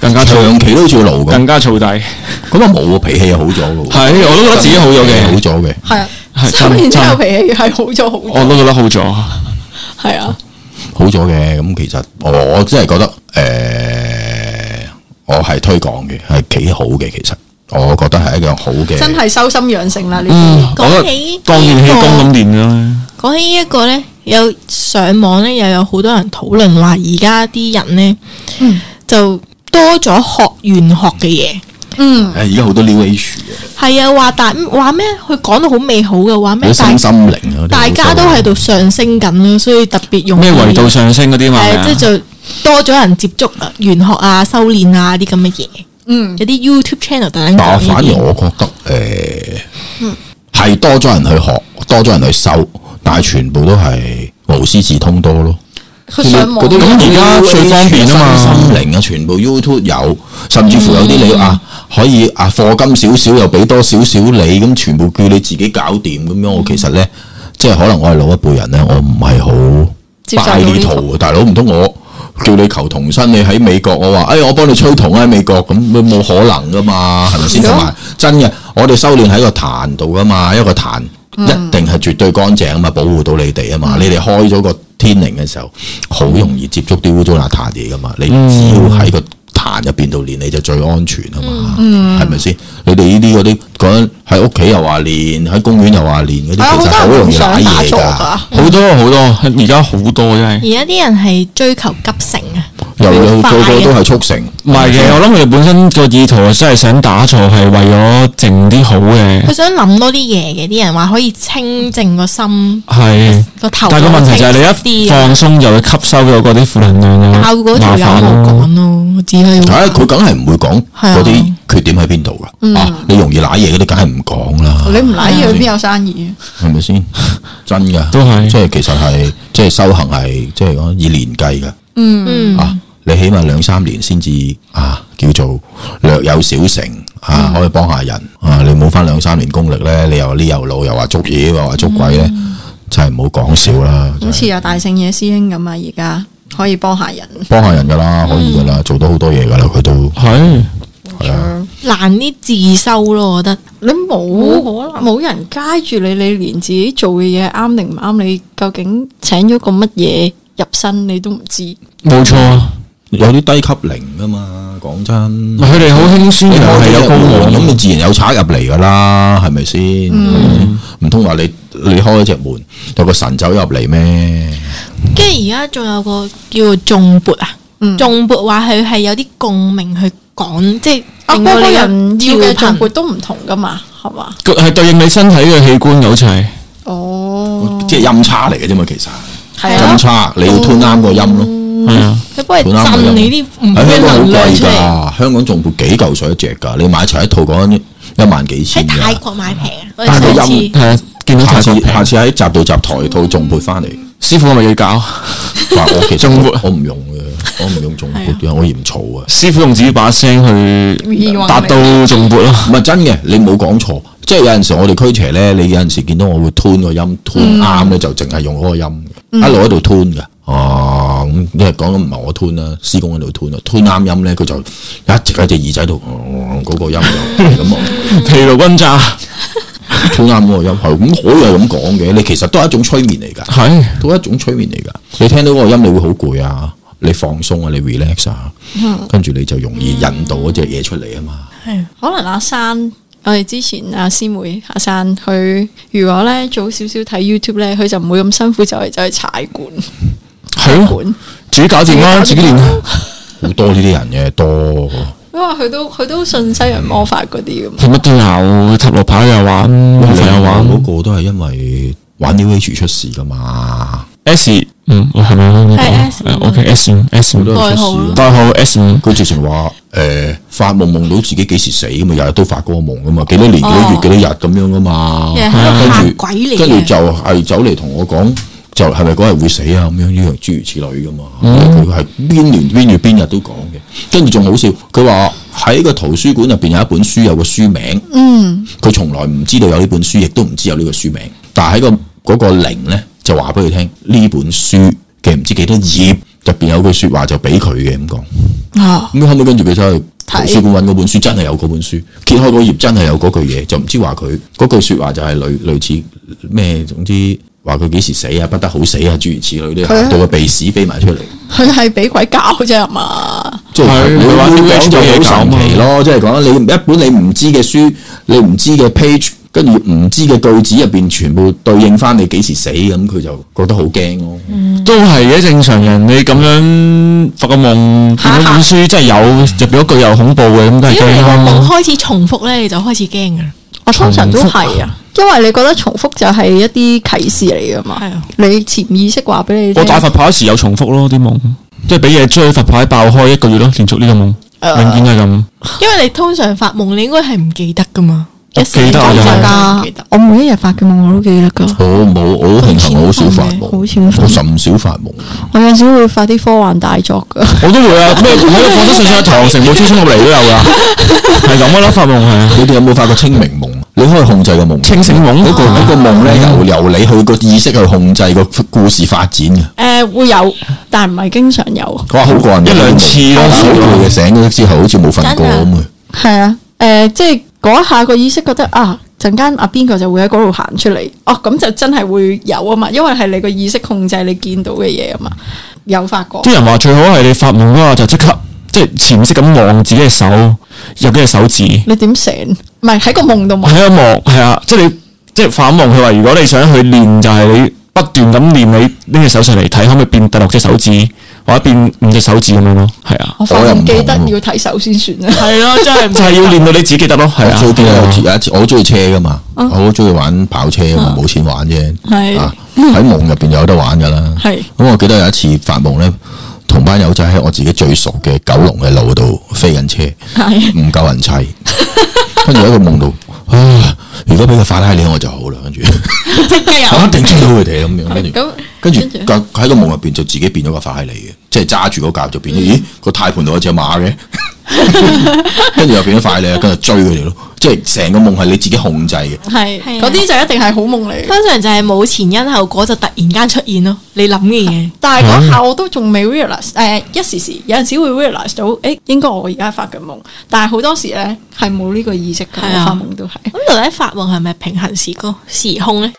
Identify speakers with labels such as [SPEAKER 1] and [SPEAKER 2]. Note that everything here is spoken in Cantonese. [SPEAKER 1] 更加燥，
[SPEAKER 2] 啊長期都好似勞咁，
[SPEAKER 1] 更加燥底。
[SPEAKER 2] 咁啊冇啊，脾氣又好咗咯喎。
[SPEAKER 1] 係，我都覺得自己好咗
[SPEAKER 2] 好
[SPEAKER 1] 嘅，
[SPEAKER 2] 咗嘅。
[SPEAKER 3] 係啊，
[SPEAKER 1] 係
[SPEAKER 3] 三年之後
[SPEAKER 1] 真
[SPEAKER 3] 脾氣係好咗好
[SPEAKER 1] 我
[SPEAKER 2] 哦
[SPEAKER 3] 多，
[SPEAKER 1] 都覺得好咗。
[SPEAKER 3] 係啊，
[SPEAKER 2] 好咗嘅，咁其實我我真係覺得誒、呃我係推廣嘅，係幾好嘅。其實我覺得係一樣好嘅，
[SPEAKER 3] 真係修心養性啦呢
[SPEAKER 1] 嗯
[SPEAKER 3] 啲。
[SPEAKER 1] 我覺
[SPEAKER 4] 講
[SPEAKER 1] 得
[SPEAKER 4] 起
[SPEAKER 1] 當然氣功咁練啦。
[SPEAKER 4] 講起呢一個呢，有上網呢，又有好多人討論話，而家啲人呢，就多咗學玄學嘅嘢。
[SPEAKER 3] 嗯，
[SPEAKER 2] 誒而家好多 New Age 嘅，
[SPEAKER 4] 係啊，話大話咩？佢講到好美好嘅話咩？
[SPEAKER 2] 好
[SPEAKER 4] 大
[SPEAKER 2] 身心靈啊，
[SPEAKER 4] 大家都喺度上升緊啦，所以特別容易
[SPEAKER 1] 咩維度上升嗰啲嘛？係咪
[SPEAKER 4] 係
[SPEAKER 1] 啊
[SPEAKER 4] 即係就多咗人接觸啊玄學啊、修煉啊啲咁嘅嘢。嗯，有啲 YouTube channel 突然
[SPEAKER 2] 但
[SPEAKER 4] 間
[SPEAKER 2] 我反
[SPEAKER 4] 講
[SPEAKER 2] 而
[SPEAKER 4] 呢
[SPEAKER 2] 我覺得誒
[SPEAKER 4] 嗯
[SPEAKER 2] 係、多咗人去學，多咗人去修，但係全部都係無師自通多咯。
[SPEAKER 3] 佢上網
[SPEAKER 2] 嗰啲
[SPEAKER 1] 咁而家最方便啊嘛
[SPEAKER 2] 身心靈啊，全部 YouTube 有，甚至乎有啲你
[SPEAKER 1] 嗯
[SPEAKER 2] 啊可以啊課金少少又俾多少少你，咁全部叫你自己搞掂咁樣。我其實咧，即係可能我係老一輩人咧，我唔
[SPEAKER 3] 接
[SPEAKER 2] 係
[SPEAKER 3] 受
[SPEAKER 2] 好拜
[SPEAKER 3] 到呢
[SPEAKER 2] 呢套
[SPEAKER 3] 套
[SPEAKER 2] 啊，大佬唔通我。叫你求童身，你喺美國，我話，哎，我幫你吹童喺美國，咁冇可能噶嘛，係咪先？
[SPEAKER 3] 係
[SPEAKER 2] 同
[SPEAKER 3] 咯
[SPEAKER 2] 埋真嘅，我哋修煉喺個壇度噶嘛，一個壇
[SPEAKER 3] 嗯
[SPEAKER 2] 一定係絕對乾淨啊嘛，保護到你哋啊嘛。你哋開咗個天靈嘅時候，好容易接觸啲污糟邋遢嘢噶嘛。你
[SPEAKER 3] 嗯
[SPEAKER 2] 只要喺個壇入邊度練，你就最安全啊嘛，
[SPEAKER 3] 嗯
[SPEAKER 2] 係咪先？你哋呢啲嗰啲講緊喺屋企又話練，喺公園又話練嗰
[SPEAKER 3] 係啊
[SPEAKER 2] 啲，其實好
[SPEAKER 3] 好多人
[SPEAKER 2] 容
[SPEAKER 3] 唔
[SPEAKER 2] 易瀨
[SPEAKER 3] 想打
[SPEAKER 2] 嘢
[SPEAKER 3] 坐
[SPEAKER 2] 㗎
[SPEAKER 3] 㗎。
[SPEAKER 1] 好多好多，而家好多真係。
[SPEAKER 4] 而家啲人係追求急成啊，
[SPEAKER 2] 又有
[SPEAKER 4] 快
[SPEAKER 2] 個個都
[SPEAKER 4] 啊，
[SPEAKER 2] 係速成，
[SPEAKER 1] 唔係嘅，我諗佢哋本身個意圖係真係想打坐，係為咗靜啲好嘅
[SPEAKER 4] 佢，想諗多啲嘢嘅。啲人話可以清靜個心
[SPEAKER 1] 係。
[SPEAKER 4] 個頭
[SPEAKER 1] 嗯但
[SPEAKER 4] 腦
[SPEAKER 1] 係個
[SPEAKER 4] 清晰啲啊。
[SPEAKER 1] 問題就係你一放鬆就會吸收咗嗰啲負能量
[SPEAKER 4] 教
[SPEAKER 1] 就
[SPEAKER 4] 嗰啊條
[SPEAKER 1] 麻
[SPEAKER 4] 友
[SPEAKER 1] 煩
[SPEAKER 4] 冇
[SPEAKER 1] 咯。
[SPEAKER 4] 講咯，只係
[SPEAKER 2] 唉，佢梗係唔會講
[SPEAKER 4] 係啊嗯
[SPEAKER 2] 嗰啲缺點喺邊度噶。啊，你容易瀨嘢嗰啲，梗係唔講啦。
[SPEAKER 3] 你唔舐嘢，邊有生意？
[SPEAKER 2] 係咪先？真噶，
[SPEAKER 1] 都係
[SPEAKER 2] 即係其實係，即係修行係，即係講以年計噶。
[SPEAKER 4] 嗯
[SPEAKER 2] 啊，你起碼兩三年先至啊，叫做略有小成啊，
[SPEAKER 4] 嗯
[SPEAKER 2] 可以幫下人啊。你冇翻兩三年功力咧，你又呢又老，又話捉嘢，又話捉
[SPEAKER 4] 嗯
[SPEAKER 2] 鬼咧，真係唔好講笑啦。真
[SPEAKER 3] 好
[SPEAKER 2] 係
[SPEAKER 3] 似有大聖野師兄咁啊，而家可以幫下人。
[SPEAKER 2] 幫下人噶啦，可以噶
[SPEAKER 4] 嗯
[SPEAKER 2] 啦，做到好多嘢噶啦，佢都
[SPEAKER 1] 係
[SPEAKER 2] 啊
[SPEAKER 4] 難啲自修咯，我覺得。
[SPEAKER 3] 你冇冇人街住你，你連自己做嘅嘢啱定唔啱，你究竟請咗個乜嘢入身，你都唔知。
[SPEAKER 1] 冇錯啊！
[SPEAKER 2] 有啲低級零噶嘛。講真。啊
[SPEAKER 1] 佢哋好興宣揚係有高
[SPEAKER 2] 門，咁
[SPEAKER 1] 我，
[SPEAKER 2] 你自然有賊入嚟噶啦，係咪先？唔通話你你開咗只門，有個神走入嚟咩？
[SPEAKER 4] 跟住而家仲有個叫做眾撥啊，
[SPEAKER 3] 嗯
[SPEAKER 4] 眾撥話佢係有啲共鳴去講，即係
[SPEAKER 3] 啊，
[SPEAKER 4] 令
[SPEAKER 3] 個
[SPEAKER 4] 到
[SPEAKER 3] 個
[SPEAKER 4] 你
[SPEAKER 3] 人要嘅
[SPEAKER 4] 調
[SPEAKER 3] 做
[SPEAKER 4] 頻
[SPEAKER 3] 活都唔同噶嘛，係嘛？
[SPEAKER 1] 佢係對應你身體嘅器官嘅好似係。
[SPEAKER 3] 哦，
[SPEAKER 2] 即係音差嚟嘅啫嘛，其實
[SPEAKER 3] 係
[SPEAKER 2] 音
[SPEAKER 3] 啊，
[SPEAKER 2] 差，你要吞啱個音咯。
[SPEAKER 1] 係啊，
[SPEAKER 4] 佢幫你
[SPEAKER 2] 吞啱個
[SPEAKER 4] 震你啲
[SPEAKER 2] 音
[SPEAKER 4] 唔
[SPEAKER 2] 喺
[SPEAKER 4] 嘅
[SPEAKER 2] 香港好
[SPEAKER 4] 能量
[SPEAKER 2] 貴
[SPEAKER 4] 出嚟。
[SPEAKER 2] 㗎，香港仲會幾嚿水一隻㗎，你買齊一套講緊一萬幾
[SPEAKER 4] 喺
[SPEAKER 2] 千
[SPEAKER 4] 泰
[SPEAKER 2] 㗎。
[SPEAKER 4] 國買平啊，我
[SPEAKER 2] 但係
[SPEAKER 4] 哋
[SPEAKER 2] 個
[SPEAKER 4] 上次
[SPEAKER 2] 音
[SPEAKER 1] 係啊，見到泰
[SPEAKER 2] 下
[SPEAKER 1] 國
[SPEAKER 2] 次
[SPEAKER 1] 平
[SPEAKER 2] 下次喺集到集台套仲撥翻嚟，
[SPEAKER 1] 師傅，我咪要搞。
[SPEAKER 2] 話我其實
[SPEAKER 1] 仲撥
[SPEAKER 2] 我唔用嘅，我唔用仲撥嘅，我嫌嘈啊。
[SPEAKER 1] 師傅用自己把聲去
[SPEAKER 3] 耳
[SPEAKER 1] 達到重撥咯。
[SPEAKER 2] 唔係真嘅，你冇講錯。即係有陣時我哋驅邪咧，你有陣時見到我會吞個音，吞啱咧就淨係用嗰個音，一路喺度吞嘅。哦，咁因為講緊唔係我吞啦，師公喺度吞啊，吞啱音咧佢就一直喺隻耳仔度嗯嗰個音就係咁啊，
[SPEAKER 1] 疲勞轟炸
[SPEAKER 2] 吞啱嗰個音係咁，我又係咁講嘅。你其實都係一種催眠嚟㗎，
[SPEAKER 1] 係
[SPEAKER 2] 都係一種催眠嚟㗎。你聽到嗰個音，你會好攰啊，你放鬆啊，你 relax 啊，跟住你就容易引導嗰隻嘢出嚟啊嘛。
[SPEAKER 3] 可能阿珊，我哋之前阿師妹阿珊，佢如果咧早少少睇 YouTube 咧，佢就唔會咁辛苦走嚟走去踩館
[SPEAKER 1] 係咯，
[SPEAKER 3] 館。
[SPEAKER 1] 自己搞掂啦，啊自己練啦。
[SPEAKER 2] 好多呢啲人嘅多，
[SPEAKER 3] 因為佢都佢都信西洋魔法嗰啲咁，
[SPEAKER 1] 佢乜都有，塔羅牌又玩，魔法又
[SPEAKER 2] 玩
[SPEAKER 1] 玩。
[SPEAKER 2] 嗰個都係因為玩 New Age 出事噶嘛，
[SPEAKER 1] S，嗯，我係咪咁講
[SPEAKER 4] 係 S
[SPEAKER 1] 誒？OK S 五 S
[SPEAKER 2] 好多
[SPEAKER 1] 五
[SPEAKER 2] 人出
[SPEAKER 4] 代號
[SPEAKER 2] 事
[SPEAKER 4] 咯
[SPEAKER 2] 㗎。
[SPEAKER 1] 代號 S 五，
[SPEAKER 2] 佢直情話誒發夢夢到自己幾時死咁嘛，日日都發嗰個夢噶嘛，幾多年幾多月
[SPEAKER 3] 哦
[SPEAKER 2] 幾多日咁樣噶嘛，
[SPEAKER 4] 日
[SPEAKER 1] 嗯
[SPEAKER 4] 日喺度
[SPEAKER 2] 跟
[SPEAKER 4] 嚇鬼
[SPEAKER 2] 住
[SPEAKER 4] 嚟嘅
[SPEAKER 2] 跟住就係走嚟同我講。就係咪嗰日會死啊？咁樣呢樣諸如此類噶嘛，佢係邊年邊月邊日都講嘅，跟住仲好笑，佢話喺個圖書館入邊有一本書有個書名，
[SPEAKER 3] 嗯，
[SPEAKER 2] 佢從來唔知道有呢本書，亦都唔知有呢個書名。但係喺個嗰個零咧，就話俾佢聽呢本書嘅唔知幾多頁入邊有句説話就俾佢嘅咁講。
[SPEAKER 4] 啊，
[SPEAKER 2] 咁後尾跟住佢走去圖
[SPEAKER 4] 睇
[SPEAKER 2] 書館揾嗰本書，真係有嗰本書，揭開嗰頁真係有嗰句嘢，就唔知話佢嗰句説話就係類類似咩，總之話佢幾時死啊，不得好死啊，諸如此類啲，
[SPEAKER 3] 係啊
[SPEAKER 2] 嚇到個鼻屎飛埋出嚟。
[SPEAKER 3] 佢係俾鬼搞啫嘛，
[SPEAKER 2] 即係
[SPEAKER 1] 係
[SPEAKER 2] 你
[SPEAKER 1] 佢玩
[SPEAKER 2] 會
[SPEAKER 1] UH
[SPEAKER 2] 講就
[SPEAKER 1] 嘅嘢
[SPEAKER 2] 好神
[SPEAKER 1] 咁啊
[SPEAKER 2] 奇咯，即係講你一本你唔知嘅書，你唔知嘅 page，跟住唔知嘅句子入邊全部對應翻你幾時死，咁佢就覺得好驚咯。
[SPEAKER 3] 嗯
[SPEAKER 1] 都係嘅，正常人你咁樣發個夢，見到本書真係有入邊嗰句又恐怖嘅，咁都係
[SPEAKER 4] 只要你
[SPEAKER 1] 驚
[SPEAKER 4] 個夢
[SPEAKER 1] 啦。
[SPEAKER 4] 開始重複咧，你就開始驚噶啦。
[SPEAKER 3] 我通常都係啊，因為你覺得重複就係一啲啟示嚟噶
[SPEAKER 4] 係
[SPEAKER 3] 嘛
[SPEAKER 4] 啊，
[SPEAKER 3] 你潛意識話俾你聽，
[SPEAKER 1] 我打佛牌嗰時有重複咯啲夢，即係俾嘢追佛牌爆開一個月咯，連續呢個夢，永遠都係咁。
[SPEAKER 4] 因為你通常發夢，你應該係唔記得噶嘛。
[SPEAKER 2] 哦
[SPEAKER 1] 我
[SPEAKER 4] 一醒
[SPEAKER 1] 記得
[SPEAKER 4] 咗
[SPEAKER 1] 我
[SPEAKER 4] 就
[SPEAKER 1] 就係
[SPEAKER 4] 唔
[SPEAKER 3] 噶
[SPEAKER 4] 記得，。
[SPEAKER 3] 我每一日發嘅夢我都記得噶，
[SPEAKER 2] 我冇，我好慶幸我好少發夢，
[SPEAKER 3] 好少發夢
[SPEAKER 2] 我甚少發夢。
[SPEAKER 3] 我有時會發啲科幻大作噶。
[SPEAKER 1] 我都會 啊，咩喺度放咗上上堂，成部超衝入嚟都有噶，係咁噶啦，發夢係啊。
[SPEAKER 2] 你哋有冇發過清明夢？你可以控制個夢，啊嗯
[SPEAKER 1] 清醒夢
[SPEAKER 2] 嗰個嗰個夢咧，由由你去個意識去控制個故事發展嘅。
[SPEAKER 3] 诶，會有，但唔係經常有。
[SPEAKER 2] 佢話好過人啊
[SPEAKER 1] 一兩次咯
[SPEAKER 2] 好攰嘅醒咗之後，好似冇瞓過咁嘅。
[SPEAKER 3] 係啊，诶、即係嗰一下個意識覺得啊，陣間啊邊個就會喺嗰度行出嚟，哦，咁就真係會有啊嘛，因為係你個意識控制你見到嘅嘢啊嘛，有發過。
[SPEAKER 2] 嗯
[SPEAKER 1] 啲人話最好係你發夢嗰下就即刻即係潛意識咁望自己嘅手，有幾隻手指喺
[SPEAKER 3] 你點醒？唔係喺個夢度望，
[SPEAKER 1] 度望，係啊，即係你即係反望佢話，如果你想去練，就係你不斷咁練你拎隻手上嚟睇，可唔可以變第六隻手指或者變五隻手指咁樣咯？係啊，
[SPEAKER 3] 我發
[SPEAKER 2] 我又唔
[SPEAKER 3] 夢
[SPEAKER 2] 同
[SPEAKER 3] 記得
[SPEAKER 2] 喎
[SPEAKER 3] 要睇手先 算啦。
[SPEAKER 1] 係咯，真係就係要練到你自己記得咯，係
[SPEAKER 2] 我
[SPEAKER 1] 啊
[SPEAKER 2] 最近有有一次，我好中意車噶嘛，我好中意玩跑車噶嘛，冇錢玩啫。
[SPEAKER 3] 係
[SPEAKER 2] 啊喺夢入邊有得玩噶啦。
[SPEAKER 3] 係
[SPEAKER 2] 咁，我記得有一次發夢咧，同班友仔喺我自己最熟嘅九龍嘅路度飛緊車，
[SPEAKER 3] 係
[SPEAKER 2] 唔夠人砌， 跟住喺個夢度，啊，如果俾個法拉利我就好啦，跟住我一定追到佢哋咁樣，跟住。
[SPEAKER 3] 咁
[SPEAKER 2] 跟住
[SPEAKER 3] 跟住
[SPEAKER 2] 佢喺個夢入邊就自己變咗個法拉利嘅，即係揸住嗰架就變咗，
[SPEAKER 3] 嗯
[SPEAKER 2] 咦個軚盤度有隻馬嘅， 跟住又變咗法拉利啦，跟住追佢哋咯，即係成個夢係你自己控制嘅。
[SPEAKER 3] 係
[SPEAKER 4] 係啊
[SPEAKER 3] 嗰啲就一定係好夢嚟
[SPEAKER 2] 嗯
[SPEAKER 3] 嘅。
[SPEAKER 4] 通常就係冇前因後果就突然間出現咯，你諗嘅嘢。
[SPEAKER 3] 但係嗰下我都仲未 realize，誒、一時時有陣時會 realize 到，誒、應該我而家發緊夢，但係好多時咧係冇呢個意識嘅，
[SPEAKER 4] 係啊
[SPEAKER 3] 我發夢都係。
[SPEAKER 4] 咁到底發夢係咪平衡時光時空咧？